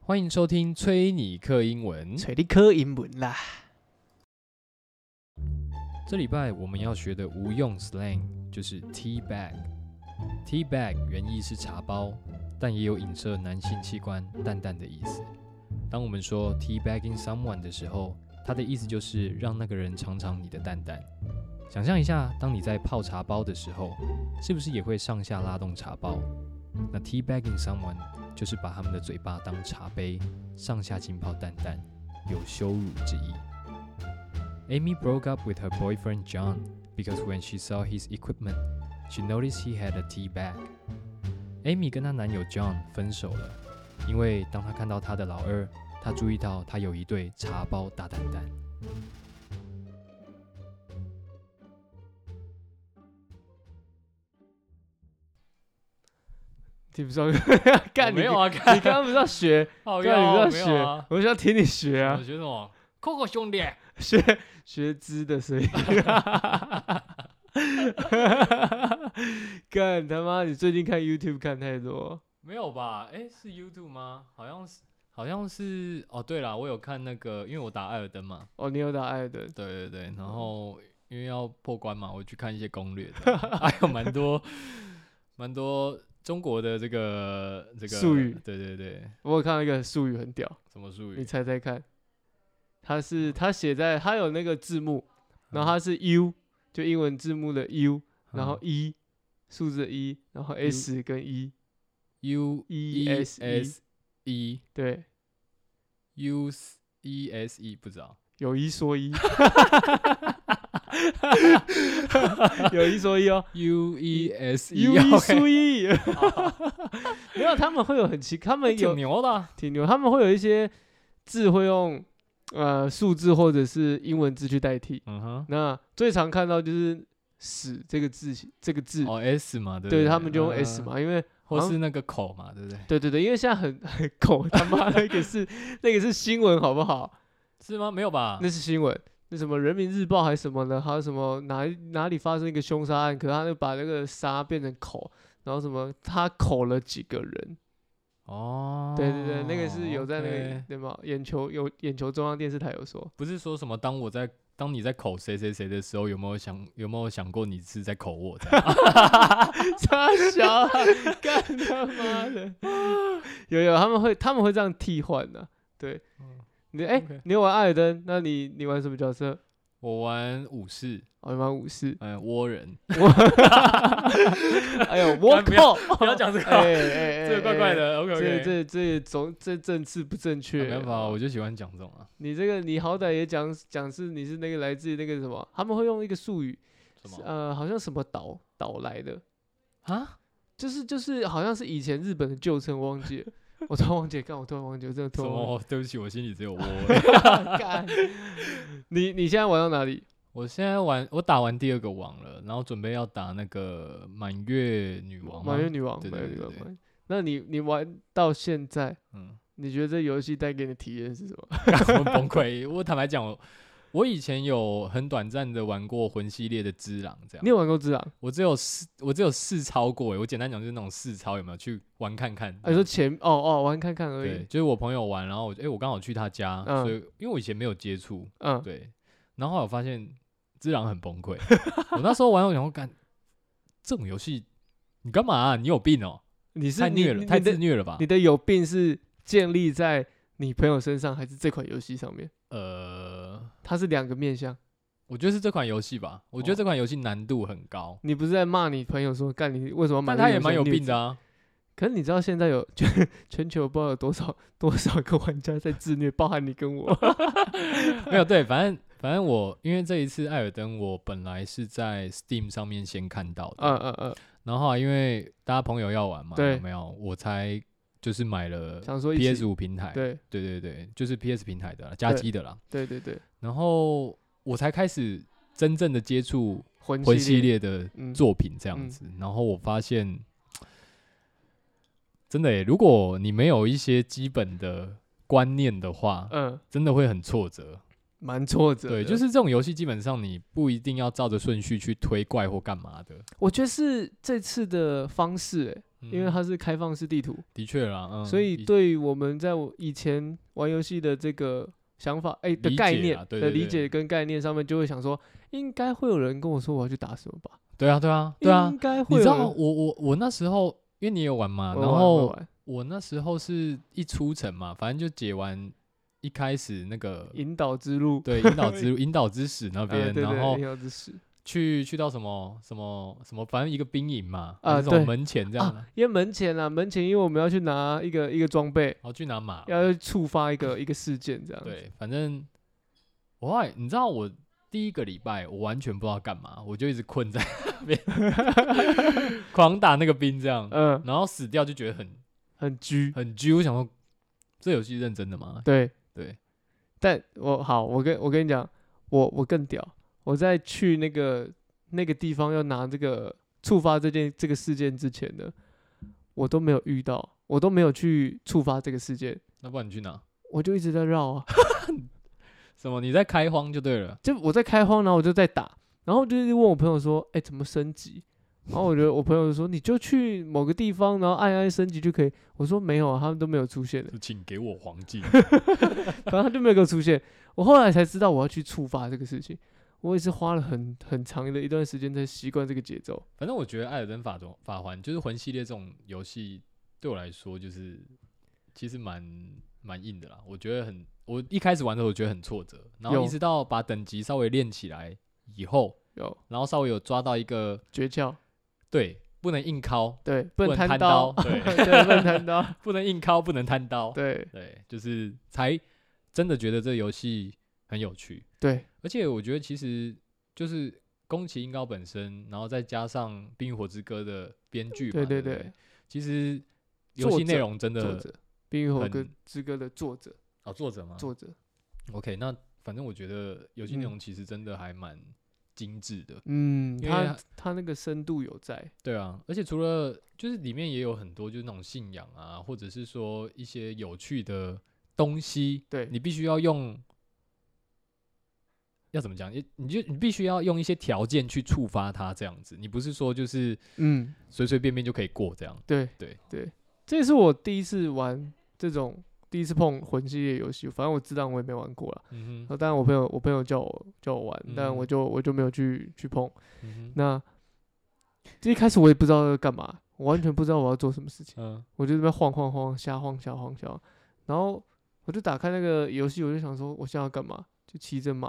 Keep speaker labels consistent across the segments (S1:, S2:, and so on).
S1: 欢迎收听崔尼克英文。
S2: 找你考英文啦。
S1: 这礼拜我们要学的无用 slang 就是 tea bag。tea bag 原意是茶包，但也有影射男性器官蛋蛋的意思。当我们说 tea bagging someone 的时候，它的意思就是让那个人尝尝你的蛋蛋。想象一下，当你在泡茶包的时候，是不是也会上下拉动茶包？那 tea bagging someone 就是把他们的嘴巴当茶杯，上下浸泡蛋蛋，有羞辱之意。Amy broke up with her boyfriend John because when she saw his equipment, she noticed he had a tea bag. Amy 跟她男友 John 分手了，因为当她看到她的老二，她注意到他有一对茶包大蛋蛋。
S2: 听不上， 干
S1: 我
S2: 你
S1: 没有啊，
S2: 你刚刚不是 要学，
S1: 好
S2: 对，你不是要
S1: 没
S2: 学
S1: 有啊，，
S2: 我是要听你学
S1: 我
S2: 啊，
S1: 觉得什么？Coco 兄弟，
S2: 学学资 的声音。干他妈！你最近看 YouTube 看太多，
S1: 没有吧？哎，是 YouTube 吗？好像是，好像是。哦，对了，我有看那个，因为我打艾尔登嘛，
S2: 哦，你有打艾登，
S1: 对对对，然
S2: 嗯
S1: 后因为要破关嘛，我去看一些攻略 的，还有蛮多蛮多中国的这个这个
S2: 术语
S1: 对对对，
S2: 我有看到一个术语很屌，
S1: 什么术
S2: 你
S1: 语？
S2: 猜猜看，它是
S1: 嗯
S2: 它写在它有那个字幕，然后它是 U，就英文字幕的 U，然后
S1: 嗯
S2: E 数字一，然后 S 跟 E
S1: U
S2: E
S1: E
S2: S E，
S1: S E
S2: 对，
S1: U S- E S E 不知道，
S2: 有一说 一，有一说一哦
S1: U E S E，
S2: ，U 一说
S1: OK，
S2: 一，没有他们会有很奇，他们
S1: 挺
S2: 有
S1: 牛的啊，
S2: 挺牛，他们会有一些字会用呃数字或者是英文字去代替，
S1: 嗯哼，
S2: 那最常看到就是“死”这个字形，这个字，
S1: 哦 S 嘛，对不
S2: 对他啊们就用
S1: 嗯
S2: “s” 嘛，因为
S1: 或
S2: 好像
S1: 是那个口嘛，对不对？
S2: 对对对，因为现在很很狗他妈那个是那个是新闻好不好？
S1: 是吗？没有吧
S2: 那？是新闻，那什么《人民日报》还是什么的，还有什么哪一哪里发生一个凶杀案，可是他就把那个“杀”变成“口”，然后什么他口了几个人？
S1: 哦，
S2: 对对对，那个是有在那 个、
S1: OK
S2: 对吗？眼球有眼球中央电视台有说，
S1: 不是说什么当我在当你在口谁谁谁的时候，有没有想有没有想过你是在口我这样？
S2: 傻小啊，干他妈的！有有，他们会他们会这样替换的、对，
S1: 嗯
S2: 你哎、
S1: OK
S2: 你有玩艾尔登，那你你玩什么角色？
S1: 我玩武士，。
S2: 哦，你玩武士
S1: 嗯，倭人，
S2: 哎呦，我
S1: 不要
S2: 靠！
S1: 哦不要讲这个
S2: 哎哎哎，哎
S1: 这个怪怪。的。OK
S2: 哎
S1: OK，啊
S2: 这这这也总这政治不正确，
S1: 没办法，我就喜欢讲这种啊。
S2: 你这个你好歹也讲讲是你是那个来自于那个什么，他们会用一个术语，
S1: 什么
S2: 呃，好像什么岛岛来的，
S1: 啊？
S2: 就是就是好像是以前日本的旧称，我忘记了，我突然忘记了，干我突然忘记了，我真的
S1: 什
S2: 突然忘记了
S1: 么？对不起，我心里只有倭。
S2: 干你你现在玩到哪里？
S1: 我现在玩，我打完第二个王了，然后准备要打那个满月女王吗。
S2: 满月女王，
S1: 对
S2: 满
S1: 对
S2: 月女
S1: 对
S2: 王
S1: 对。
S2: 满月那你你玩到现在，
S1: 嗯，
S2: 你觉得这游戏带给你的体验是什么？
S1: 我崩溃。我坦白讲，我我以前有很短暂的玩过魂系列的只狼这样。
S2: 你有玩过《只狼》？
S1: 我只有试，我只有试操过诶。欸我简单讲就是那种试操有没有去玩看看？
S2: 啊，你说前哦哦玩看看而
S1: 对，
S2: 已。
S1: 就是我朋友玩，然后我就诶，我刚好去他家，
S2: 嗯
S1: 所以因为我以前没有接触，
S2: 嗯，
S1: 对，然后后来我发现自然很崩溃。我那时候玩，我想说干这种游戏，你干嘛啊、你有病哦、
S2: 你是
S1: 太
S2: 你
S1: 虐了，
S2: 你
S1: 太
S2: 你的
S1: 自虐了吧
S2: 你？的有病是建立在你朋友身上，还是这款游戏上面？
S1: 呃，
S2: 它是两个面向。
S1: 我觉得是这款游戏吧，我觉得
S2: 哦
S1: 这款游戏难度很高，
S2: 你不是在骂你朋友说干你为什么买
S1: 但
S2: 这个
S1: 它也蛮
S2: 游戏
S1: 有
S2: 很虐
S1: 病
S2: 子
S1: 的啊。
S2: 可是你知道现在有全全球不知道有多少多少个玩家在自虐，包含你 跟我。
S1: 没有对，反正反正我因为这一次艾尔登，我本来是在 Steam 上面先看到的，
S2: 嗯嗯嗯，
S1: 然后啊，因为大家朋友要玩嘛，
S2: 对
S1: 有没有？我才就是买了
S2: 想说一起
S1: PS 五平台，
S2: 对
S1: 对对对，就是 PS 平台的啦加
S2: 对
S1: 机的啦。
S2: 对对对，
S1: 然后我才开始真正的接触
S2: 魂
S1: 魂系列的
S2: 嗯
S1: 作品这样子，然后我发现，真的耶，如果你没有一些基本的观念的话，
S2: 嗯，
S1: 真的会很挫折。
S2: 蛮挫折的。
S1: 对，就是这种游戏，基本上你不一定要照着顺序去推怪或干嘛的。
S2: 我觉得是这次的方式、欸，因为
S1: 嗯
S2: 它是开放式地图，
S1: 的确啦，嗯，
S2: 所以
S1: 一
S2: 对于我们在我以前玩游戏的这个想法，哎、的
S1: 理
S2: 概
S1: 解
S2: 念
S1: 啦对
S2: 的
S1: 对
S2: 理
S1: 对
S2: 解跟概念上面，就会想说，应该会有人跟我说我要去打什么吧？
S1: 对啊，对啊，对啊
S2: 应，该
S1: 你
S2: 会有
S1: 知
S2: 人
S1: 道我我我那时候，因为你也有玩嘛，
S2: 我
S1: 然
S2: 玩我
S1: 后
S2: 玩
S1: 我那时候是一出城嘛，反正就解完一开始那个
S2: 引导之路，
S1: 对引导之路引导之使那
S2: 呃
S1: 边，
S2: 对对
S1: 然后
S2: 引导之石
S1: 去去到什么什么什么，反正一个兵营嘛，
S2: 啊
S1: 还是什么
S2: 对
S1: 门前这样的，
S2: 啊，因为门前啊，门前因为我们要去拿一个一个装备，
S1: 然后去拿马，
S2: 要去触发一个一个事件这样子。
S1: 啊对，反正我后来你知道我第一个礼拜我完全不知道干嘛，我就一直困在那边， 狂打那个兵这样，
S2: 嗯、
S1: 然后死掉就觉得很
S2: 很拘，
S1: 很拘，我想说这游戏认真的吗？
S2: 对
S1: 对，
S2: 但我好，我跟我跟你讲，我我更屌，我在去那个那个地方要拿这个触发这件这个事件之前呢，我都没有遇到，我都没有去触发这个事件，
S1: 那不然你去哪？
S2: 我就一直在绕啊，
S1: 什么？你在开荒就对了。
S2: 就我在开荒，然后我就在打，然后我就一直问我朋友说，哎、怎么升级？然后我觉得我朋友就说，你就去某个地方，然后按按升级就可以。我说没有啊，他们都没有出现的，
S1: 请给我黄金。
S2: 反正他就没有给我出现。我后来才知道我要去触发这个事情，我也是花了很很长的一段时间才习惯这个节奏。
S1: 反正我觉得《艾尔登法中法环》就是魂系列这种游戏，对我来说就是其实蛮蛮硬的啦。我觉得很，我一开始玩的时候我觉得很挫折，然后
S2: 有
S1: 一直到把等级稍微练起来以后，
S2: 有
S1: 然后稍微有抓到一个
S2: 诀窍，
S1: 对，不能硬敲，
S2: 对，不
S1: 不
S2: 能
S1: 能
S2: 贪
S1: 贪
S2: 刀，
S1: 对，
S2: 对， 不能贪刀，
S1: 不能硬敲，不能贪 刀，
S2: 对
S1: 对，就是才真的觉得这游戏很有趣。
S2: 对
S1: 而且我觉得其实就是宫崎英高本身，然后再加上《冰与火之歌》的编剧嘛，
S2: 对
S1: 对
S2: 对
S1: 不
S2: 对
S1: 对，其实
S2: 作
S1: 游戏内
S2: 者
S1: 容 真
S2: 作
S1: 的
S2: 者《冰与火歌
S1: 很
S2: 之歌》的作者，
S1: 哦，作者吗？
S2: 作者，
S1: OK，那反正我觉得游戏内
S2: 嗯
S1: 容其实真的还蛮精致的，
S2: 嗯，
S1: 因为
S2: 他
S1: 他
S2: 他那个深度有在，
S1: 对啊，而且除了就是里面也有很多就是那种信仰啊，或者是说一些有趣的东西，
S2: 对
S1: 你必须要用。要怎么讲？你你就你必须要用一些条件去触发它，这样子。你不是说就是
S2: 嗯，
S1: 随随便便就可以过这样。
S2: 对
S1: 对
S2: 对，这也是我第一次玩这种。第一次碰魂系列游戏，反正我知道我也没玩过了。
S1: 嗯
S2: 然后当然我朋友我朋友叫我叫我玩，但
S1: 嗯
S2: 我就我就没有去去碰。
S1: 哼，
S2: 那一开始我也不知道要干嘛，我完全不知道我要做什么事情，
S1: 嗯，
S2: 我就在那边晃晃晃，瞎晃瞎晃瞎晃，然后我就打开那个游戏，我就想说我现在要干嘛？就骑着马，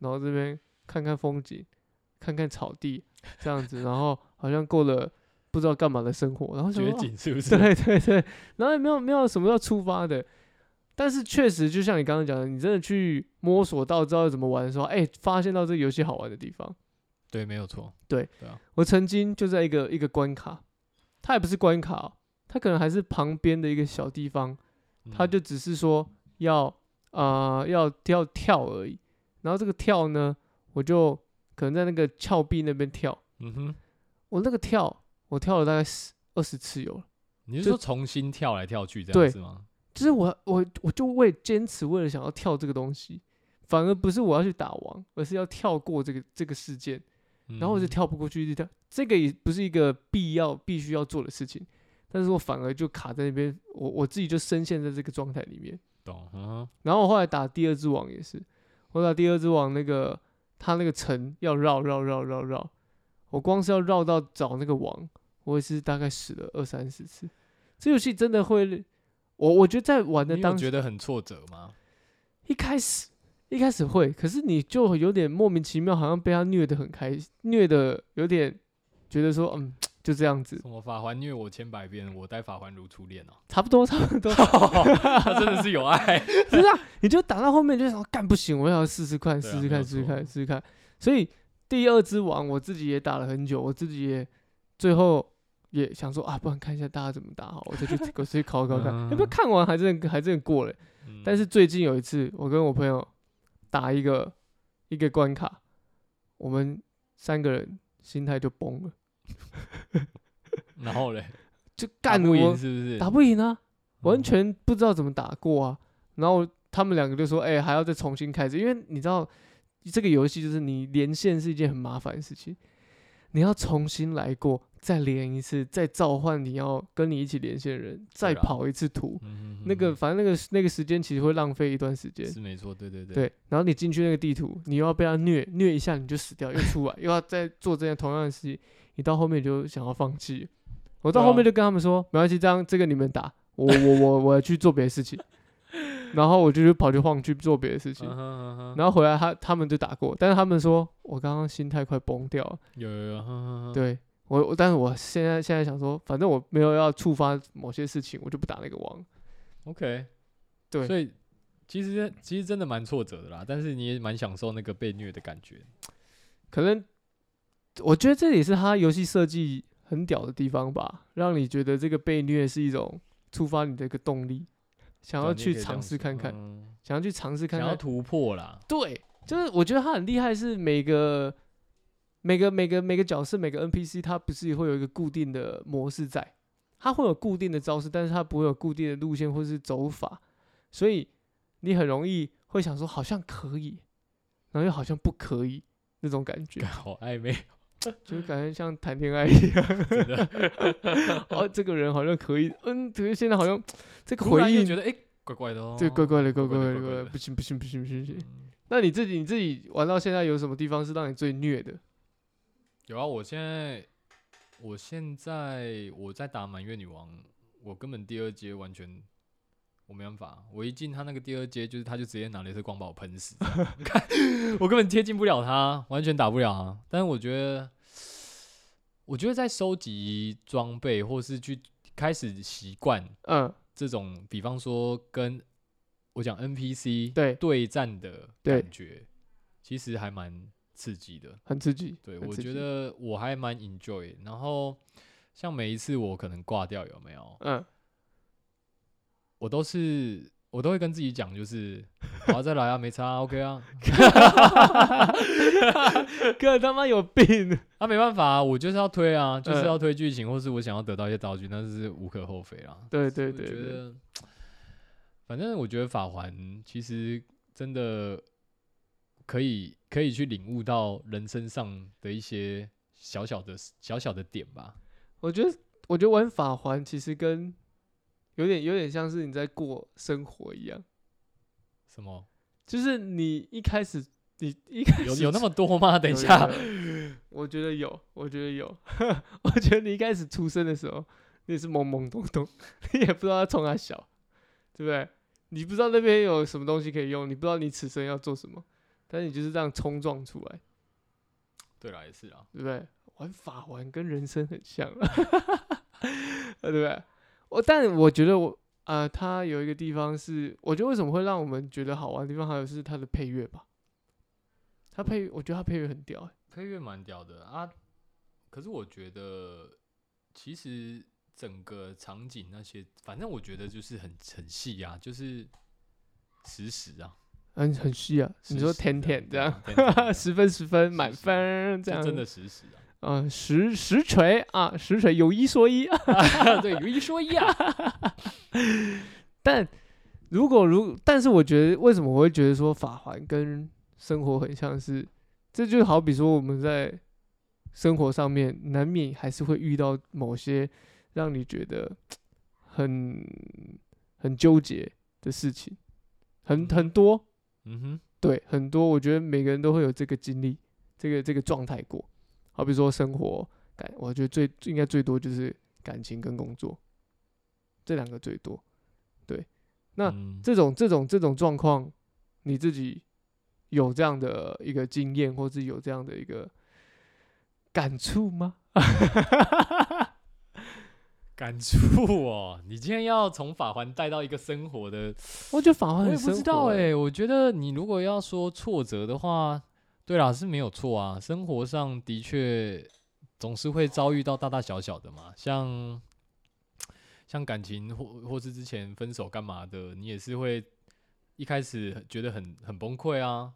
S2: 然后这边看看风景，看看草地，这样子，然后好像过了不知道干嘛的生活，然后想
S1: 绝
S2: 说
S1: 景是不是？
S2: 对对对，然后也没有没有什么要出发的，但是确实就像你刚刚讲的，你真的去摸索到知道怎么玩的时候，哎、发现到这个游戏好玩的地方。
S1: 对，没有错。
S2: 我曾经就在一个一个关卡，它也不是关卡、哦，它可能还是旁边的一个小地方，它
S1: 嗯
S2: 就只是说要呃要要跳而已。然后这个跳呢，我就可能在那个峭壁那边跳，
S1: 嗯哼，
S2: 我那个跳我跳了大概十二十次有了。
S1: 你是
S2: 就
S1: 说重新跳来跳去这
S2: 对
S1: 样子吗？
S2: 就是我我我就为坚持为了想要跳这个东西，反而不是我要去打王，而是要跳过这个这个事件，然后我就
S1: 嗯哼
S2: 跳不过去，一直跳。这个也不是一个必要必须要做的事情，但是我反而就卡在那边，我我自己就深陷在这个状态里面。
S1: 懂，嗯哼，
S2: 然后我后来打第二只网也是，我打第二只网那个他那个城要绕绕绕绕绕，我光是要绕到找那个网，我也是大概死了二三十次。这游戏真的会，我我觉得在玩的
S1: 你有
S2: 当
S1: 觉得很挫折吗？
S2: 一开始一开始会，可是你就有点莫名其妙，好像被他虐得很开心，虐的有点觉得说，嗯，就这样子，
S1: 什么法环虐我千百遍，我待法环如初恋哦、
S2: 差不多差啊不多，
S1: 他真的是有爱，
S2: 是啊， 你就打到后面就想说干不行，我要试试看，
S1: 对啊
S2: 试试
S1: 没
S2: 看，
S1: 有
S2: 试试
S1: 错
S2: 看，试试看。所以第二只王我自己也打了很久，我自己也最后也想说啊，不然看一下大家怎么打好，我再去我再去考考 看。哎要不要
S1: 嗯
S2: 看完还真的还真的过了、
S1: 嗯
S2: 但是最近有一次，我跟我朋友打一个一个关卡，我们三个人心态就崩了，
S1: 嗯然后嘞，
S2: 就
S1: 打
S2: 干
S1: 不赢
S2: 我
S1: 是不是？
S2: 打不赢啊，完
S1: 嗯
S2: 全不知道怎么打过啊。然后他们两个就说：“哎、还要再重新开始，因为你知道这个游戏就是你连线是一件很麻烦的事情，你要重新来过，再连一次，再召唤你要跟你一起连线的人，再
S1: 对啊
S2: 跑一次图。
S1: 嗯哼
S2: 那个
S1: 哼
S2: 反正那个那个时间其实会浪费一段时间
S1: 哼。是没错，对对对，
S2: 对，然后你进去那个地图，你又要被他虐虐一下，你就死掉，又出来，又要再做这样同样的事情，你到后面就想要放弃。我到
S1: 对
S2: 后
S1: 啊
S2: 面就跟他们说，没关系，这样这个你们打，我我我我去做别 的事情，然后我就去跑去晃去做别的事情，
S1: 嗯哼嗯哼
S2: 然后回来他他们就打过，但是他们说我刚刚心态快崩掉了，
S1: 有有有，哼哼哼，
S2: 对我我，但是我现在现在想说，反正我没有要触发某些事情，我就不打那个王，
S1: ，OK，
S2: 对
S1: 所以其实其实真的蛮挫折的啦，但是你也蛮享受那个被虐的感觉，
S2: 可能我觉得这也是他游戏设计很屌的地方吧，让你觉得这个被虐是一种触发你的一个动力，想
S1: 对
S2: 要
S1: 啊你也
S2: 去
S1: 可以这
S2: 尝
S1: 样
S2: 试
S1: 说
S2: 看看，
S1: 嗯
S2: 想要去尝试看
S1: 想要
S2: 看。
S1: 突破啦，
S2: 对，就是我觉得他很厉害，是每个每个每个每个角色每个 NPC，他不是会有一个固定的模式在，他会有固定的招式，但是他不会有固定的路线或是走法，所以你很容易会想说好像可以，然后又好像不可以那种感觉。
S1: 好暧昧，
S2: 就感觉像谈恋爱一样。
S1: 嗯真的，
S2: 哦，这个人好像可以，嗯，可是现在好像这个
S1: 突然
S2: 回
S1: 又
S2: 应
S1: 觉，得哎，怪怪的哦，
S2: 对，怪怪的，怪
S1: 怪
S2: 怪
S1: 的
S2: 的，
S1: 怪
S2: 怪
S1: 怪
S2: 怪的，
S1: 的
S2: 不行，不行，不行，不行，不行。
S1: 嗯
S2: 那你自己你自己玩到现在有什么地方是让你最虐的？
S1: 有啊，我现在我现在我在打满月女王，我根本第二阶完全我没办法，我一进他那个第二阶，就是他就直接拿镭射光把我喷 死，看我根本贴近不了他，完全打不了他。但是我觉得，我觉得在收集装备或是去开始习惯
S2: 嗯，
S1: 这种，比方说跟我讲 NPC
S2: 对，
S1: 对战的
S2: 对
S1: 感觉，其实还蛮刺激的。
S2: 很刺激。
S1: 对，
S2: 很
S1: 我
S2: 刺
S1: 觉
S2: 激，
S1: 得我还蛮 enjoy 的。然后像每一次我可能挂掉有没有，
S2: 嗯，
S1: 我都是我都会跟自己讲，就是我要再来啊，没差啊，OK 啊，
S2: 哥他妈有病。
S1: 啊没办法啊，我就是要推啊，就是
S2: 嗯
S1: 要推剧情，或是我想要得到一些道具，那是无可厚非啦。
S2: 对对
S1: 我
S2: 对
S1: 觉
S2: 对，
S1: 得，反正我觉得法环其实真的可以可以去领悟到人身上的一些小小的小小的点吧。
S2: 我觉得我觉得玩法环其实跟有点有点像是你在过生活一样，
S1: 什么
S2: 就是你一开始你一开始
S1: 有有那么多吗？等一
S2: 有有
S1: 下，
S2: 有我觉得有，我觉得有， 我觉得你一开始出生的时候，你也是懵懵懂 懂，你也不知道要从哪小，对不对？你不知道那边有什么东西可以用，你不知道你此生要做什么，但是你就是这样冲撞出来，
S1: 对啦，也是啦。
S2: 对不对？玩法玩跟人生很像，啊 对不对？我但我觉得我啊、呃它有一个地方是，我觉得为什么会让我们觉得好玩的地方，还有是它的配乐吧。它配，我觉得它配乐很屌、欸，
S1: 配乐蛮屌的啊，可是我觉得其实整个场景那些，反正我觉得就是很很细啊，就是实时啊，
S2: 很很细啊，你
S1: 实
S2: 说
S1: 时
S2: 甜
S1: 这样
S2: 甜这
S1: 对
S2: 样
S1: 啊，甜 甜
S2: 十分十分满
S1: 是是
S2: 分儿这
S1: 这
S2: 样，
S1: 样就真的实时啊，
S2: 啊，实实锤啊，实锤有一说一啊。
S1: 对，有一说一啊，
S2: 但如果如，但是我觉得为什么我会觉得说法环跟生活很像是，这就好比说我们在生活上面难免还是会遇到某些让你觉得很很纠结的事情，很很
S1: 嗯
S2: 多，
S1: 嗯哼，
S2: 对，很多我觉得每个人都会有这个经历，这个这个状态过。好比说生活感，我觉得最应该最多就是感情跟工作，这两个最多。那
S1: 嗯
S2: 这种这种这种状况，你自己有这样的一个经验，或是有这样的一个感触吗？
S1: 感触哦，你今天要从法环带到一个生活的，
S2: 我觉得法
S1: 我
S2: 环
S1: 也
S2: 很
S1: 不
S2: 生
S1: 知道
S2: 活
S1: 哎、
S2: 欸
S1: 我觉得你如果要说挫折的话，对啦，是没有错啊。生活上的确总是会遭遇到大大小小的嘛，像像感情或或是之前分手干嘛的，你也是会一开始觉得很很崩溃啊，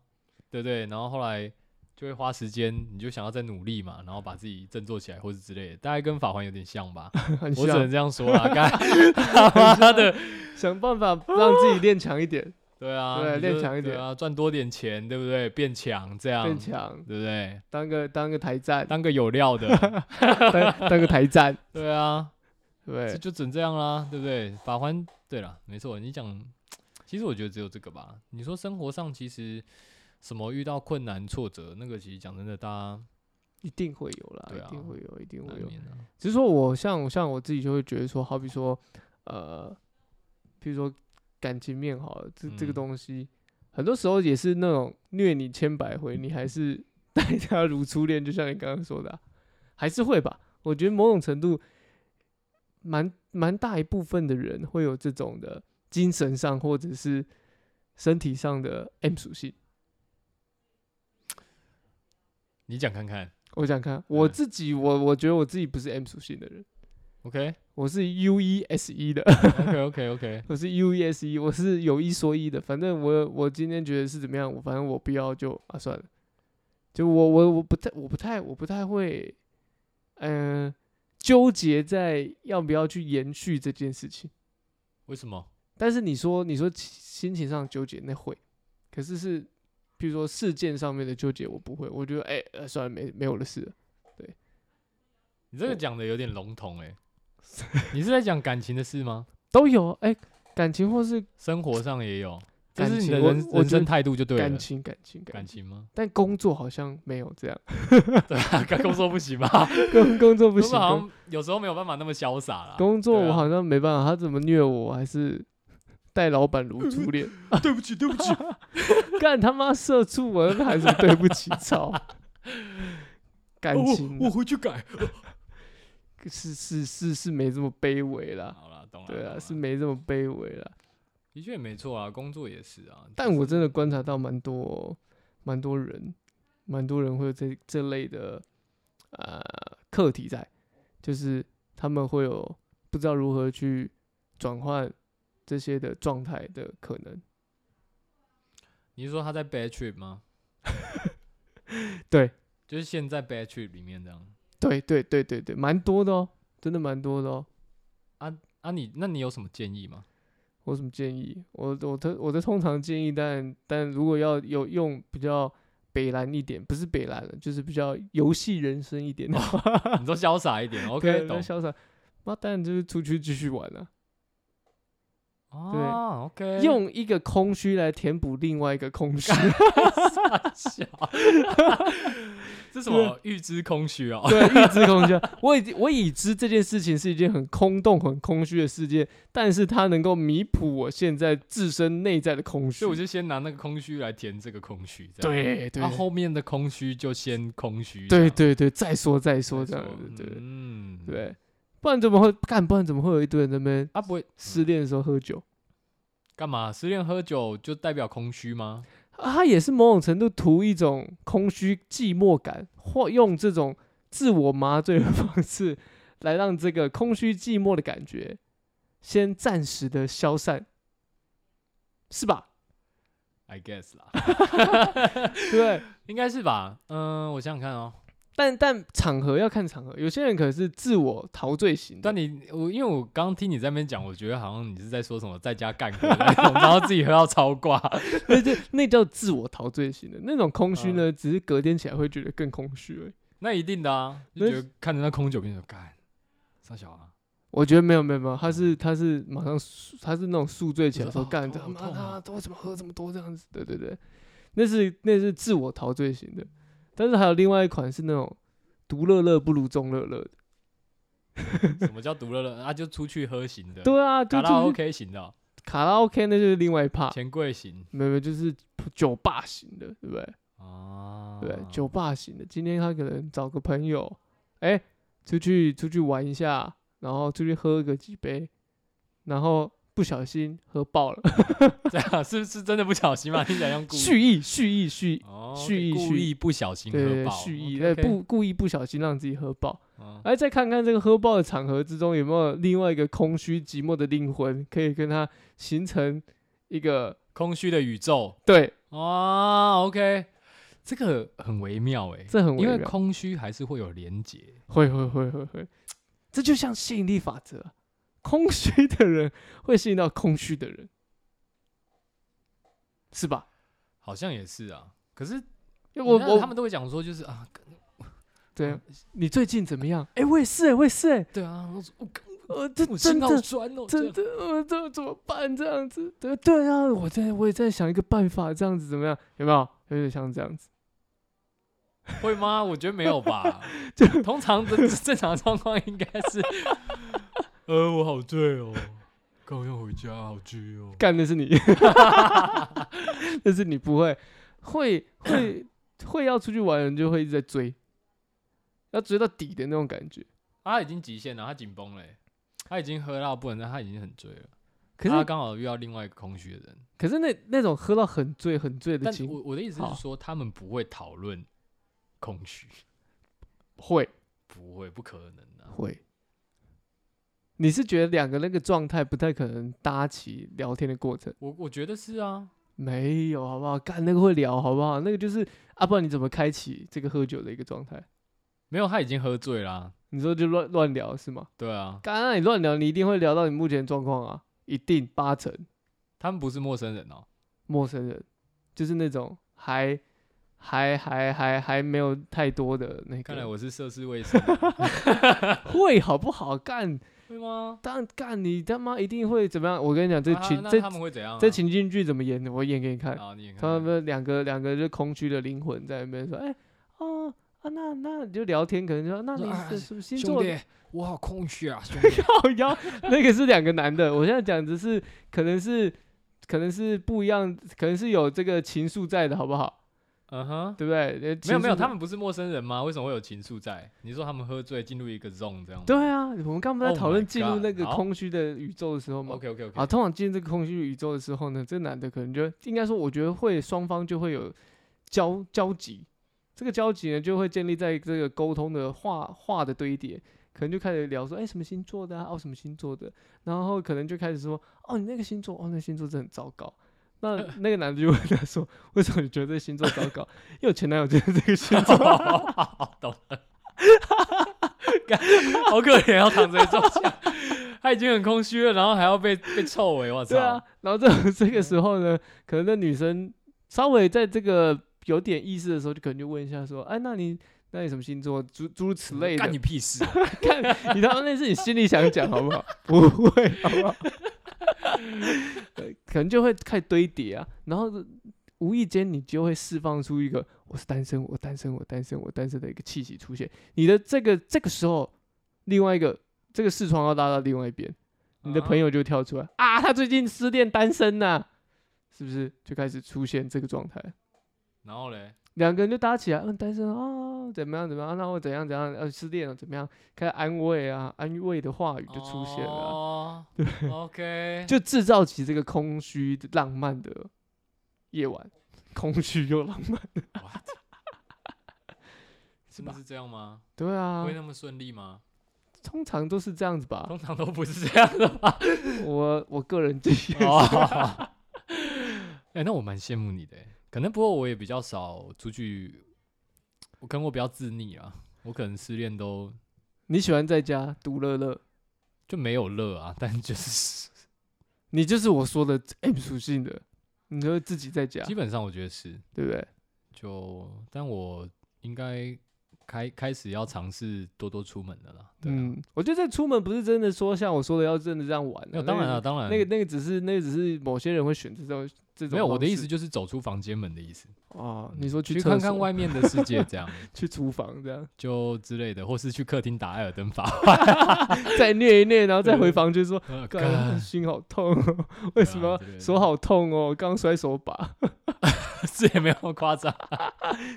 S1: 对不对？然后后来就会花时间，你就想要再努力嘛，然后把自己振作起来或是之类的，大概跟法环有点像 吧。
S2: 欸很
S1: 我只能
S2: 像
S1: 这样说啦，该他妈的。
S2: 想办法让自己练强一点。
S1: 对啊，
S2: 对
S1: 你就
S2: 练强一
S1: 对
S2: 点
S1: 啊，赚多点钱，对不对？变强 这样，
S2: 变强，
S1: 对不对？
S2: 当个当个 台站，
S1: 当个有料 的，
S2: 当当个台站，
S1: 对啊，这
S2: 对，
S1: 就整这样啦，对不对？法环，对了，没错，你讲，其实我觉得只有这个吧。你说生活上其实什么遇到困难挫折，那个其实讲真的，大家
S2: 一定会有啦，
S1: 对啊
S2: 一定会有，一定
S1: 难
S2: 会有。
S1: 免啊，
S2: 只是说我像像我自己就会觉得说，好比说，呃，比如说感情面好了，这、这个
S1: 嗯
S2: 东西，很多时候也是那种虐你千百回，你还是 待他如初恋，就像你刚刚说的啊、还是会吧。我觉得某种程度，蛮蛮大一部分的人会有这种的精神上或者是身体上的 M 属性。
S1: 你讲看看
S2: 我想看我
S1: 嗯
S2: 自己，我我觉得我自己不是 M 属性的人，
S1: ，OK
S2: 我是 U E S E 的。
S1: OK OK OK，
S2: 我是 U E S E，我是有一说一的。反正我我今天觉得是怎么样，我反正我不要就啊算了。就我我我不太我不太我不太会，嗯、纠结在要不要去延续这件事情。
S1: 为什么？
S2: 但是你说你说心情上纠结那会，可是是比如说事件上面的纠结我不会，我觉得哎、呃算了没没有的事了
S1: 你这个
S2: 我
S1: 讲的有点笼统哎、你是在讲感情的事吗？
S2: 都有哎、感情或是
S1: 生活上也有，这
S2: 感
S1: 是你
S2: 情
S1: 的
S2: 我
S1: 人
S2: 我
S1: 人
S2: 觉
S1: 生
S2: 得
S1: 态度就对
S2: 感
S1: 了。
S2: 情感情感
S1: 感
S2: 情，
S1: 情吗？
S2: 但工作好像没有这样，
S1: 对 啊，刚工作不行吗？
S2: 工工作不
S1: 工
S2: 行
S1: 作好
S2: 工
S1: 像有时候没有办法那么潇洒啦。
S2: 工作
S1: 对啊
S2: 我好像没办法，他怎么虐我，还是待老板如 初恋？
S1: 啊对不起，对不起，
S2: 干他妈社畜，我那还是对不起， 操！感情
S1: 哦
S2: 啊
S1: 回去改。
S2: 是是是是没这么卑微啦，
S1: 好了，懂了。
S2: 对
S1: 哦懂
S2: 啊，
S1: 了
S2: 是没这么卑微啦。
S1: 的确也没错啊，工作也是啊。
S2: 但我
S1: 这
S2: 真的观察到蛮多蛮多人，蛮多人会有这这类的呃课题在，就是他们会有不知道如何去转换这些的状态的可能。
S1: 你是说他在 bad trip 吗？
S2: 对，
S1: 就是现在 bad trip 里面这样
S2: 对对对对对，蛮多的哦，真的蛮多的哦。
S1: 啊你。那你有什么建议 吗？
S2: 我有什么建议？我我的我的通常建议，但但如果要有用比较北蓝一点，不是北蓝了，就是比较游戏人生一点的话
S1: 你说潇洒一点
S2: 对
S1: ，OK，
S2: 比较
S1: 懂。
S2: 潇洒。那当然就是出去继续玩了、
S1: 啊，OK，
S2: 用一个空虚来填补另外一个空 虚。
S1: 小，这什么预知空虚哦？
S2: 对，预知空虚。我已经我已知这件事情是一件很空洞、很空虚的世界，但是它能够弥补我现在自身内在的空虚
S1: 所以。我就先拿那个空虚来填这个空虚，这样。
S2: 对对
S1: 那、后面的空虚就先空虚这
S2: 对
S1: 样，
S2: 对对，再说再
S1: 没
S2: 说这
S1: 错，
S2: 样子，对对
S1: 嗯，
S2: 对，不然怎么会干？不然怎么会有一堆人在那边
S1: 啊，不会
S2: 失恋的时候喝酒、
S1: 干嘛？失恋喝酒就代表空虚吗？
S2: 啊？他也是某种程度图一种空虚、寂寞感，或用这种自我麻醉的方式来让这个空虚、寂寞的感觉先暂时的消散，是吧？
S1: I guess 啦，
S2: 对不对。
S1: 应该是吧。嗯，我想想看哦。
S2: 但但场合要看场合，有些人可能是自我陶醉型的
S1: 但，你我因为我刚听你在那边讲，我觉得好像你是在说什么在家干喝那种，然后自己喝到超挂。
S2: 那就那叫自我陶醉型的那种空虚呢，只是隔天起来会觉得更空虚而已。
S1: 那一定的啊，就
S2: 那
S1: 觉得看着那空酒瓶说干，上小啊，
S2: 我觉得没有没有没有，他是他是马上宿他是那种宿醉起来
S1: 就是
S2: 说
S1: 哦
S2: 干
S1: 头
S2: 他
S1: 好
S2: 妈
S1: 痛啊
S2: 他都怎么喝这么多这样子，对对对，那是那是自我陶醉型的，但是还有另外一款是那种独乐乐不如众乐乐的，
S1: 什么叫独乐乐啊？就出去喝型的，
S2: 对啊，就啊
S1: 卡
S2: 就
S1: 拉
S2: 是
S1: OK 型的哦，
S2: 卡拉 OK 那就是另外一 part，
S1: 钱柜型
S2: 没有没有就是酒吧型的，对不对？
S1: 啊，
S2: 对，酒吧型的，今天他可能找个朋友，哎、出去出去玩一下，然后出去喝个几杯，然后不小心喝爆了，
S1: 这样是是真的不小心吗？听起来像故意
S2: 蓄意蓄意蓄意，
S1: 哦，
S2: 蓄意
S1: 故
S2: 蓄意
S1: 意不小心
S2: 对
S1: 喝
S2: 对
S1: 爆，
S2: 蓄意，对
S1: OK，OK
S2: 不故意不小心让自己喝爆，
S1: 嗯
S2: 哎，再看看这个喝爆的场合之中有没有另外一个空虚寂寞的灵魂可以跟他形成一个
S1: 空虚的宇宙
S2: 对，
S1: 啊，OK，这个很微妙哎、
S2: 哦这很微
S1: 因为
S2: 妙，
S1: 空虚还是会有连结，
S2: 会会会会会，这就像吸引力法则啊，空虚的人会吸引到空虚的人。是吧？
S1: 好像也是啊。可是
S2: 因为
S1: 我
S2: 我
S1: 我他
S2: 我
S1: 们都嗯会讲说，就是啊，
S2: 对你最近怎么样？哎、我也是、我也是、
S1: 对啊，我我
S2: 呃，这
S1: 我
S2: 真
S1: 心
S2: 的
S1: 好酸哦，
S2: 真的，我这怎么办？这样子，对对啊，我在我也在想一个办法，这样子怎么样？有没有？有点像这样子，
S1: 会吗？我觉得没有 吧。通常的正常状况应该是，呃，我好醉哦，刚好要回家，好醉哦。
S2: 干的是你， 但是你不会，会会会要出去玩的人就会一直在追，要追到底的那种感觉。
S1: 啊他已经极限了，他紧绷了欸，他已经喝到不能再，他已经很醉了。
S2: 可
S1: 他
S2: 是
S1: 刚好遇到另外一个空虚的人，
S2: 可是那那种喝到很醉很醉的
S1: 但
S2: 情
S1: 我我的意思
S2: 好
S1: 是说，他们不会讨论空虚，
S2: 会
S1: 不会，不可能啊。
S2: 会，你是觉得两个那个状态不太可能搭起聊天的过程？
S1: 我我觉得是啊，
S2: 没有，好不好？干那个会聊，好不好？那个就是啊，不然你怎么开启这个喝酒的一个状态？
S1: 没有他已经喝醉啦、
S2: 你说就乱乱聊是吗？
S1: 对啊，
S2: 干、啊，你乱聊，你一定会聊到你目前的状况啊，一定八成
S1: 他们不是陌生人哦、
S2: 陌生人，就是那种还还还还还没有太多的那
S1: 看来
S2: 个
S1: 我是涉世未深 啊，
S2: 会好不好？干，
S1: 会吗？
S2: 但干你他妈一定会怎么样？我跟你讲，这
S1: 啊
S2: 情
S1: 那
S2: 这
S1: 他们会怎样、啊？
S2: 这情境剧怎么演的？我演给你看。
S1: 啊，你也看
S2: 他
S1: 看
S2: 们两个两个就空虚的灵魂在那边说，哎、哦啊，那那你就聊天，可能就说，那
S1: 说
S2: 你
S1: 啊
S2: 是什么星
S1: 兄
S2: 座的？
S1: 弟，我好空虚啊， 兄弟。
S2: 靠腰，那个是两个男的。我现在讲的是，可能是可能是不一样，可能是有这个情愫在的，好不好？
S1: 嗯哼，
S2: 对不对？呃
S1: 没有没有，
S2: 情愫
S1: 他们不是陌生人吗？为什么会有情愫在？你说他们喝醉进入一个 zone 这样吗？
S2: 对啊，我们刚不是在
S1: Oh
S2: 讨论
S1: my
S2: 进入
S1: God，
S2: 那个
S1: 好
S2: 空虚的宇宙的时候吗？
S1: ，OK OK OK，
S2: 啊，通常进入这个空虚宇宙的时候呢，这男的可能就应该说，我觉得会双方就会有交交集，这个交集呢就会建立在这个沟通的话话的堆叠，可能就开始聊说，哎、什么星座的啊，哦，什么星座的，然后可能就开始说，哦，你那个星座，哦，那星座真的很糟糕。那那个男的就问他说：“为什么你觉得这个星座糟糕？因为我前男友就是这个 星座。
S1: 懂了。干好可怜，要躺着也中枪，他已经很空虚了，然后还要被被臭哎、我”操！嗯
S2: 对啊，然后这这个时候呢，可能那女生稍微在这个有点意识的时候，就可能就问一下说：“哎，那你那你什么星座？诸诸如此类
S1: 嗯
S2: 的。
S1: 干你屁事啊！
S2: 看，你他妈那是你心里想讲好不好？ 不会，好不好？呃 可能就会开始堆叠啊，然后无意间你就会释放出一个“我是单身，我单身，我单身，我单身”的一个气息出现。你的这个这个时候，另外一个这个视窗要拉到另外一边，你的朋友就跳出来啊，他最近失恋单身呐、是不是？就开始出现这个状态。
S1: 然后嘞，
S2: 两个人就搭起来，嗯，单身啊，怎么样怎么样，那我怎样怎样，呃，失恋了怎么样，开始安慰啊，安慰的话语就出现了啊、
S1: 哦、对，OK，
S2: 就制造起这个空虚的浪漫的夜晚，空虚又浪漫，
S1: What？
S2: 是
S1: 真的
S2: 吧？
S1: 是这样吗？
S2: 对啊
S1: 会，那么顺利吗？
S2: 通常都是这样子吧。
S1: 通常都不是这样的吧？
S2: 我我个人经验是，
S1: 哦，哎，那我蛮羡慕你的欸，可能不过我也比较少出去，我可能我比较自溺啊，我可能失恋都
S2: 你喜欢在家独乐乐，
S1: 就没有乐啊，但就是
S2: 你就是我说的 M 属性的，你就自己在家，
S1: 基本上我觉得是
S2: 对不对？
S1: 就，但我应该开开始要尝试多多出门的啦。对啊，
S2: 嗯，我觉得这出门不是真的说像我说的要真的这样玩、啊，
S1: 没有当然
S2: 那
S1: 了，
S2: 个
S1: 当然
S2: 那个那个只是那个只是某些人会选择这种这种
S1: 嗯没有我的
S2: 方
S1: 意思
S2: 式
S1: 就是走出房间门的意思，
S2: 哦，
S1: 嗯
S2: 你说
S1: 去
S2: 厕
S1: 看看
S2: 所
S1: 外面的世界，这样
S2: 去厨房这样，
S1: 就之类的，或是去客厅打艾尔登 法。
S2: 再虐一虐，然后再回房间说，
S1: 呃
S2: 干
S1: 干
S2: 心好痛哦，为什么
S1: 对啊对
S2: 手好痛哦？刚摔 手把，
S1: 是也没有那么夸张，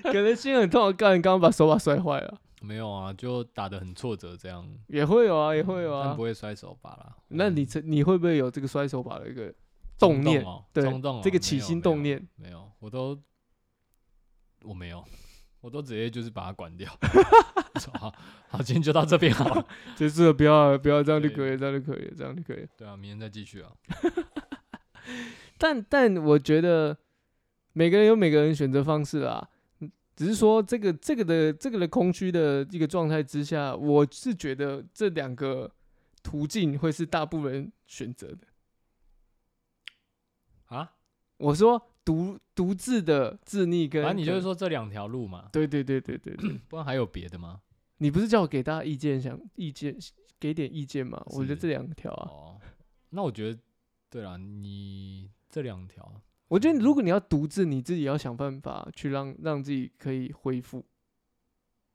S2: 可能心很痛，啊干刚刚把手把摔坏了，
S1: 没有啊，就打得很挫折这样。
S2: 也会有啊，也会有
S1: 嗯但
S2: 啊
S1: 不。会摔手把啦。
S2: 那
S1: 嗯
S2: 你这你会不会有这个摔手把的一个动念？
S1: 哦，
S2: 对
S1: 冲动哦，
S2: 这个
S1: 没
S2: 起
S1: 有
S2: 心
S1: 没
S2: 动
S1: 有
S2: 念，
S1: 没有，我都我没有，我都直接就是把它关 掉。说好，好，今天就到这边好了。
S2: 结束了，不要不要这样就
S1: 对
S2: 可以了，这样就可以了，这样就可以了。
S1: 对啊，明天再继续啊。
S2: 但但我觉得每个人有每个人选择方式啦，嗯只是说这个这个的这个的空虚的一个状态之下，我是觉得这两个途径会是大部分人选择的。
S1: 啊，
S2: 我说独独自的自溺跟，
S1: 反正你就是，说这两条路嘛，
S2: 对对对对对对，
S1: 不然还有别的吗？
S2: 你不是叫我给大家意见，想意见给点意见吗？我觉得
S1: 是
S2: 这两条啊，
S1: 哦，那我觉得，对了，你这两条，
S2: 我觉得
S1: 嗯
S2: 如果你要独自，你自己要想办法去让让自己可以恢复，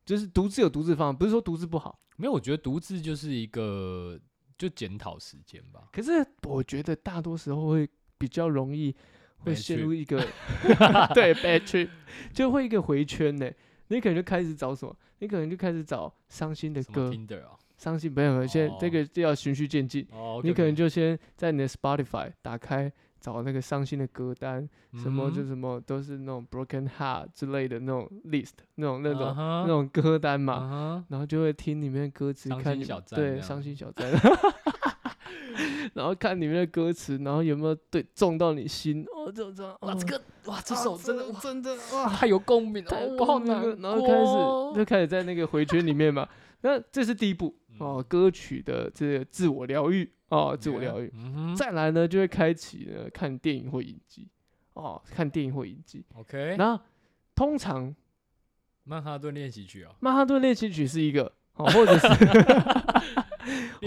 S2: 就是独自有独自方法，不是说独自不好，
S1: 没有，我觉得独自就是一个就检讨时间吧。
S2: 可是我觉得大多时候会比较容易会
S1: Bad
S2: 陷
S1: trip
S2: 入 一个对 bad trip，就会一个回圈呢、你可能就开始找什么，你可能就开始找伤心的
S1: 什么
S2: 歌，
S1: Tinder 啊？
S2: 伤心没有没有，现在这
S1: 哦
S2: 个就要循序渐进。
S1: 哦，
S2: 你可能就先在你的 Spotify 打开找那个伤心的歌单，什
S1: 嗯
S2: 么就什么都是那种 Broken Heart 之类的那种 list，那种那种、那
S1: 那
S2: 种啊歌单嘛，
S1: 嘛，
S2: 然后就会听里面的歌词，
S1: 伤
S2: 看
S1: 心
S2: 你
S1: 小站这
S2: 对
S1: 样
S2: 伤心小站， 然后看里面的歌词，然后有没有对中到你心，哦，这这
S1: 哇，
S2: 哦
S1: 这。个哇，这
S2: 啊
S1: 首真的哇
S2: 真的哇，
S1: 太有共鸣
S2: 太
S1: 了，我
S2: 共
S1: 好
S2: 鸣
S1: 难
S2: 了
S1: 过。
S2: 然后开始就开始在那个回圈里面嘛，那这是第 一步
S1: 嗯
S2: 哦，歌曲的这个自我疗愈哦， 自我疗
S1: 嗯
S2: 愈。
S1: 愈
S2: 再来呢，就会开启呢看电影或影集哦，看电影或影集。
S1: OK，
S2: 那通常《
S1: 曼哈顿练习曲 哦，
S2: 曼哈顿练习曲》是一个哦，或者是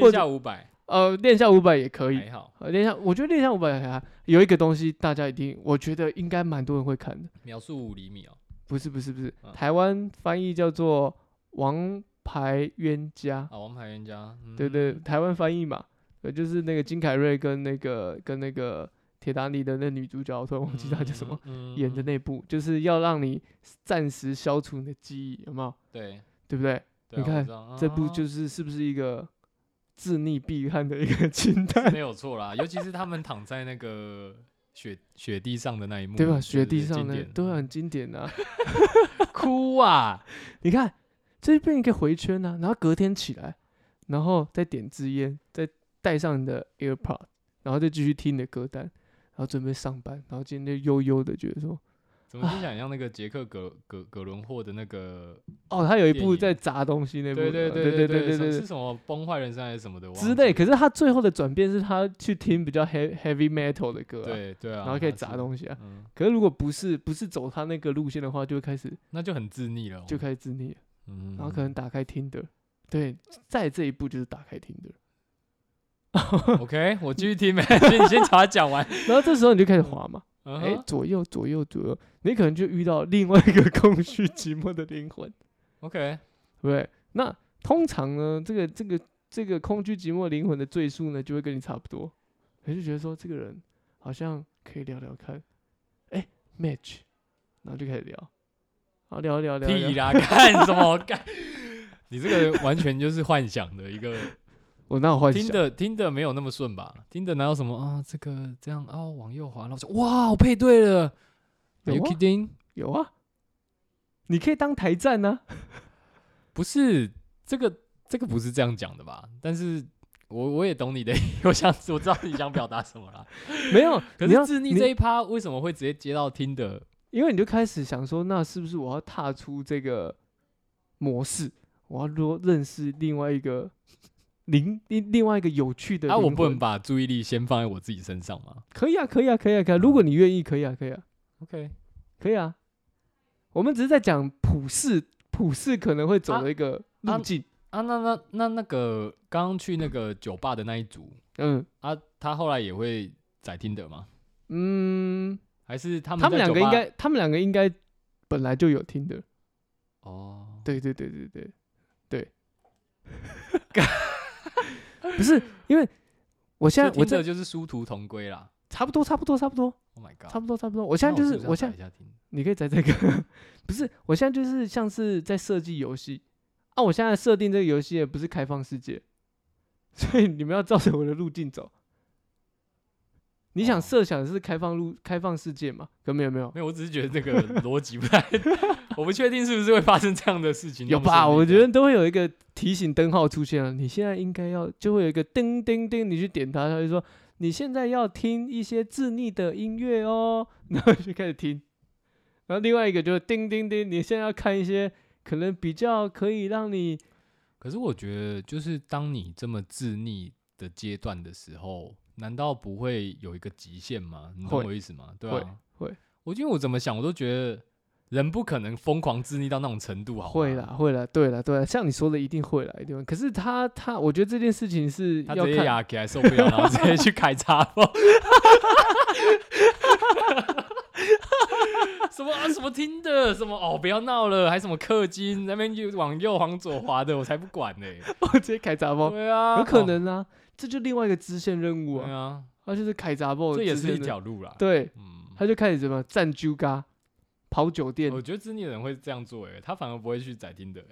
S1: 练下五百
S2: 呃《恋下五百》也可以。
S1: 还好，
S2: 呃，恋下，我觉得《恋下五百》还有一个东西，大家一定，我觉得应该蛮多人会看的。
S1: 秒速五厘米哦，
S2: 不是不是不是，
S1: 嗯
S2: 台湾翻译叫做《王牌冤家》，
S1: 啊，王牌冤家，嗯
S2: 对对，台湾翻译嘛，呃，就是那个金凯瑞跟那个跟那个铁达尼的那女主角，我突然忘记她叫什么。
S1: 嗯
S2: 演的
S1: 嗯
S2: 那部，就是要让你暂时消除你的记忆，有没有？
S1: 对，
S2: 对不对？
S1: 对啊
S2: 你看
S1: 我知道
S2: 这部
S1: 啊
S2: 就是是不是一个自溺必看的一个 清 单，
S1: 没有错啦，尤其是他们躺在那个雪雪地上的那一幕，
S2: 对吧？
S1: 我觉
S2: 雪
S1: 得
S2: 地
S1: 是
S2: 上
S1: 经
S2: 呢
S1: 典嗯
S2: 都很经典啊。
S1: 哭啊，
S2: 你看这变一个回圈啊，然后隔天起来，然后再点支烟，再戴上你的 AirPod，然后再继续听你的歌单，然后准备上班，然后今天就悠悠的觉得说，
S1: 怎么听起来很像那个杰克葛葛葛伦霍的那个？
S2: 哦，他有一
S1: 电
S2: 部
S1: 影
S2: 在砸东西那部，
S1: 对对
S2: 对
S1: 对对
S2: 对对
S1: 什么
S2: 对
S1: 是什么崩坏人生还是什么的我忘
S2: 之类。
S1: 记
S2: 可是他最后的转变是他去听比较 heavy heavy metal 的歌、
S1: 了
S2: 啊，
S1: 对对啊，
S2: 然后可以
S1: 他
S2: 砸
S1: 是，
S2: 东西啊。
S1: 嗯，
S2: 可是如果不是不是走他那个路线的话，就会开始
S1: 那就很自溺了哦，
S2: 就开始自溺了，
S1: 嗯，
S2: 然后可能打开 Tinder，对，在这一步就是打开 Tinder，
S1: OK，我继续听没？先你先把它讲 完。
S2: 然后这时候你就开始滑嘛，
S1: 嗯
S2: 哎、
S1: 哼
S2: 左右左右左右，你可能就遇到另外一个 空虚寂寞的灵魂，
S1: ，OK，
S2: 对不对？那通常呢，这个这个这个空虚寂寞灵魂的赘述呢，就会跟你差不多，你就觉得说这个人好像可以聊聊看，哎、m a t c h 然后就开始聊，好聊一聊聊一聊
S1: 屁，啦， 干什么干？你这个完全就是幻想的一个，
S2: 我那我 幻想
S1: 听。的听的没有那么顺吧？听的哪有什么啊？这个这样啊，往右滑，然后我说哇，我配对了。Are
S2: 有
S1: you
S2: 啊
S1: kidding？
S2: 有啊，你可以当台啊站呢、
S1: 不是这个这个不是这样讲的吧？但是我我也懂你的， 我想我知道你想表达什么啦。
S2: 没有，
S1: 可
S2: 你要
S1: 是自
S2: 你
S1: 溺这一趴为什么会直接接到听的？
S2: 因为你就开始想说，那是不是我要踏出这个模式？我要多认识另外一个 灵，另另外一个有趣的
S1: 啊，
S2: 灵
S1: 我不
S2: 魂
S1: 能把注意力先放在我自己身上吗
S2: 可以啊，可以啊，可以啊，可以啊。如果你愿意，可以啊，可以啊，
S1: ？OK，
S2: 可以啊。我们只是在讲普世，普世可能会走的一个
S1: 啊
S2: 路径。
S1: 啊，那那那那个刚刚去那个酒吧的那一组
S2: 嗯
S1: 啊，他后来也会载听的吗？
S2: 嗯，
S1: 还是他们
S2: 他们
S1: 在
S2: 两
S1: 酒
S2: 个应
S1: 吧
S2: 该，他们两个应该本来就有听的。
S1: 哦，
S2: 对对对对对对， 不是因为我现在啊我
S1: 我这
S2: 这
S1: 就是殊途同归啦。
S2: 差不多差不多差不多
S1: Oh my god！
S2: 差不多差不多，我
S1: 我
S2: 现在就
S1: 那
S2: 是
S1: 我
S2: 我
S1: 是
S2: 现
S1: 不是要载
S2: 在
S1: 一下听
S2: 你可以在这个不是我现在就是像是在设计游戏啊，我现在设定这个游戏也不是开放世界， 所以你们要照着我的路径走。你想
S1: 哦
S2: 设想的是开放路、开放世界嘛？可没有没有
S1: 没有，我只是觉得这个逻辑不太， 我不确定是不是会发生这样的事情。
S2: 有
S1: 那么顺
S2: 吧？
S1: 利
S2: 我
S1: 这
S2: 觉
S1: 样
S2: 得都会有一个提醒灯号出现了，你现在应该要就会有一个叮叮叮，你去点它，它就说你现在要听一些自溺的音乐哦， 然后就开始听。然后另外一个就是叮叮叮，你现在要看一些可能比较可以让你
S1: 可是我觉得，就是当你这么自溺的阶段的时候，难道不会有一个极限吗？你懂
S2: 会
S1: 我意思吗？对
S2: 会
S1: 啊，
S2: 会。
S1: 我因为我怎么想，我都觉得人不可能疯狂自溺到那种程度，好吗
S2: 会啦，，会啦，对啦，对啦，像你说的，一定会啦，一定会。可是他他，我觉得这件事情是
S1: 他
S2: 要
S1: 直接
S2: 看，
S1: 牙起来受不了，然后直接去开叉风。 什么啊？什么听的？什么哦？不要闹了，还什么氪金？那边又往右往左滑的，我才不管呢、
S2: 我直接开闸包，
S1: 对啊，
S2: 哦有可能啊，这就另外一个支线任务
S1: 哦对
S2: 啊，
S1: 啊，
S2: 他就是开闸包，
S1: 这也是一，啊条路啦。
S2: 对，
S1: 嗯，
S2: 他就开始怎么站揪嘎，跑酒店
S1: 我，觉得自溺的人会这样做、欸，他反而不会去载听的、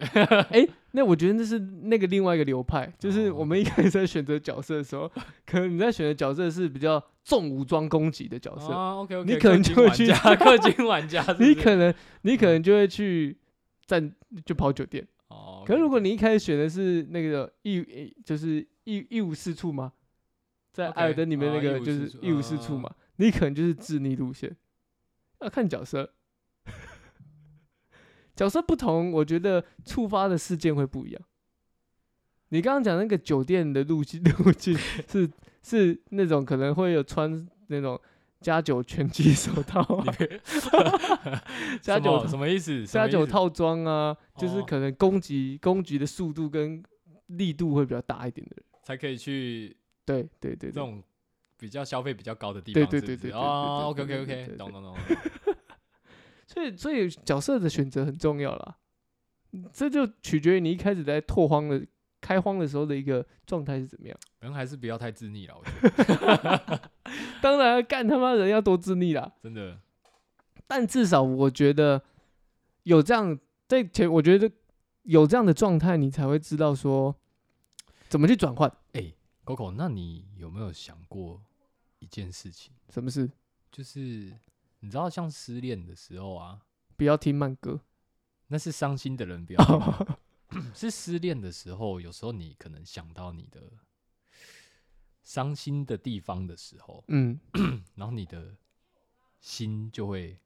S2: 那我觉得那是那个另外一个流派，就是
S1: 哦
S2: 我们一开始在选择角色的时候， 可能你在选择角色是比较重武装攻击的角色，
S1: 啊，OK OK，
S2: 哦你可能就会 去
S1: 氪金玩家，氪金玩家是不是
S2: 你可能你可能就会去站就跑酒店。
S1: 哦，OK，
S2: 可是如果你一开始选的是那个一诶就是一一无是处嘛，在
S1: OK，
S2: 艾尔登里面那
S1: 啊
S2: 个
S1: 一无
S2: 就是是
S1: 处
S2: 一无是处
S1: 啊
S2: 嘛，你可能就是自逆路线，要看角色。角色不同，我觉得触发的事件会不一样。你刚刚讲那个酒店的路径 路径是是那种可能会有穿那种加九拳击手套、啊、 加
S1: 什
S2: 九
S1: 么什么意 思？什
S2: 加
S1: 么意
S2: 九
S1: 思
S2: 套装啊，就是
S1: 哦
S2: 可能攻击攻击的速度跟力度会比较大一点的人。
S1: 才可以去
S2: 对对
S1: 这
S2: 对对，
S1: 种比较消费比较高的地
S2: 对
S1: 方，
S2: 对
S1: 是
S2: 对
S1: 不
S2: 对
S1: 是
S2: 对
S1: 哦
S2: 对
S1: ，OK
S2: 对
S1: OK
S2: 对对
S1: OK，
S2: 对
S1: 懂懂懂，
S2: 所以所以角色的选择很重要啦，嗯这就取决于你一开始在拓荒的开荒的时候的一个状态是怎么样。
S1: 人还是不要太自溺了，我觉得
S2: 当然，干他妈人要多自立啦，
S1: 真的，
S2: 但至少我觉得有这样在前，我觉得有这样的状态，你才会知道说怎么去转换，
S1: 哎，Coco，那你有没有想过一件事情，
S2: 什么事
S1: 就是你知道像失恋的时候啊，
S2: 不要听慢 歌。
S1: 那是伤心的人不要 听慢歌，是失恋的时候，有时候你可能想到你的伤心的地方的时候，
S2: 嗯
S1: 然后你的心就会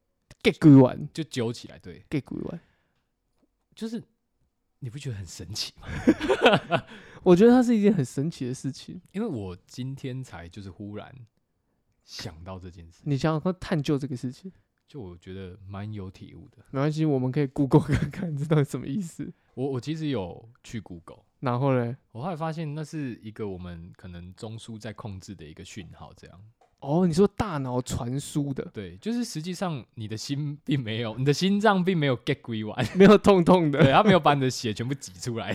S2: ，get 鬼玩
S1: 就揪起来，对，
S2: ，get 鬼玩。
S1: 就是你不觉得很神奇吗？
S2: 我觉得它是一件很神奇的事情。
S1: 因为我今天才就是忽然想到这件事，
S2: 你想想看，探究这个事情，
S1: 就我觉得蛮有体悟的。
S2: 没关系，我们可以 Google 看看这到底什么意思。
S1: 我我其实有去 Google，
S2: 然后嘞，
S1: 我后来发现那是一个我们可能中枢在控制的一个讯号，这样
S2: 哦，你说大脑传输的，
S1: 对，就是实际上你的心并没有，你的心脏并没有 get 归完，
S2: 没有痛痛的，
S1: 对，它没有把你的血全部挤出来，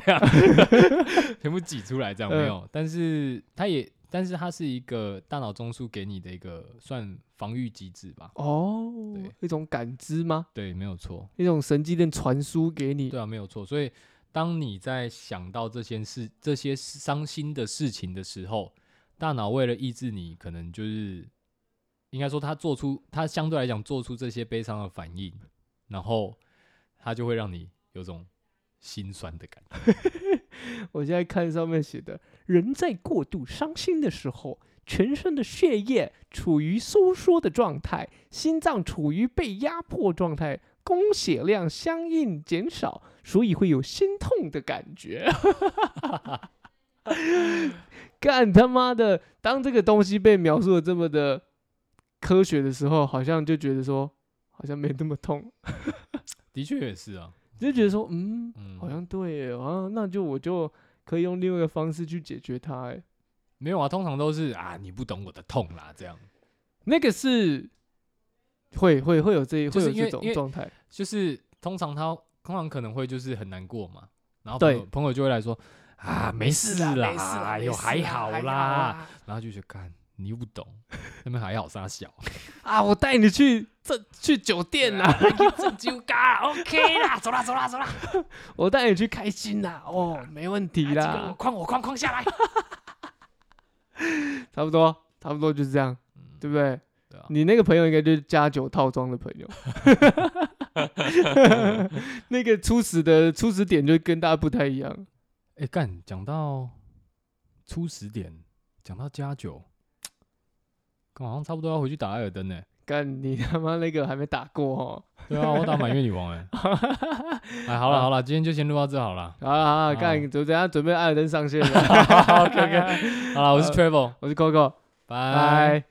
S1: 全部挤出来这样没有，但是它也，但是它是一个大脑中枢给你的一个算防御机制吧，
S2: 哦
S1: 对，
S2: 一种感知吗？
S1: 对，没有错。
S2: 一种神经链传输给你，
S1: 对啊，没有错。所以当你在想到这些事、这些伤心的事情的时候，大脑为了抑制你，可能就是应该说它做出它相对来讲做出这些悲伤的反应，然后它就会让你有种心酸的感觉。
S2: 我现在看上面写的，人在过度伤心的时候，全身的血液处于收缩的状态，心脏处于被压迫状态，供血量相应减少，所以会有心痛的感觉。 干他妈的！当这个东西被描述的这么的科学的时候，好像就觉得说，好像没那么痛，
S1: 的确也是啊，
S2: 就觉得说，嗯，
S1: 嗯，
S2: 好像对耶，啊，那就我就可以用另外一个方式去解决它。哎，
S1: 没有啊，通常都是啊，你不懂我的痛啦，这样。
S2: 那个是会会会有这
S1: 就
S2: 会
S1: 是
S2: 有
S1: 因为
S2: 这种
S1: 因为
S2: 状态，
S1: 就是通常他通常可能会就是很难过嘛，然后朋
S2: 对
S1: 友朋友就会来说啊没事啦，哎呦还好啊啦，然后就觉得干你又不懂，那边还好傻小，
S2: 啊！我带你去这去酒店啊啦，
S1: 这就嘎 OK 啦，走啦走啦走 啦，
S2: 我带你去开心啦，哦，没问题
S1: 啊这个我
S2: 啦，
S1: 框我框框下来，
S2: 差不多差不多就是这样，
S1: 嗯
S2: 对不对？
S1: 对啊，
S2: 你那个朋友应该就是加九套装的朋友， 那个初始的初始点就跟大家不太一样。
S1: 哎干讲到初始点，讲到加九，干好像差不多要回去打艾尔登呢、
S2: 干你他妈那个还没打过 哦！
S1: 对啊，我打满月女王哎、哎好了好了，今天就先录到这好 了。
S2: 好啦好啦，干
S1: 好
S2: 等等下准 备艾尔登上线了。
S1: OK OK，好了，我是 Travel，
S2: 我是 Coco，
S1: 拜
S2: 拜。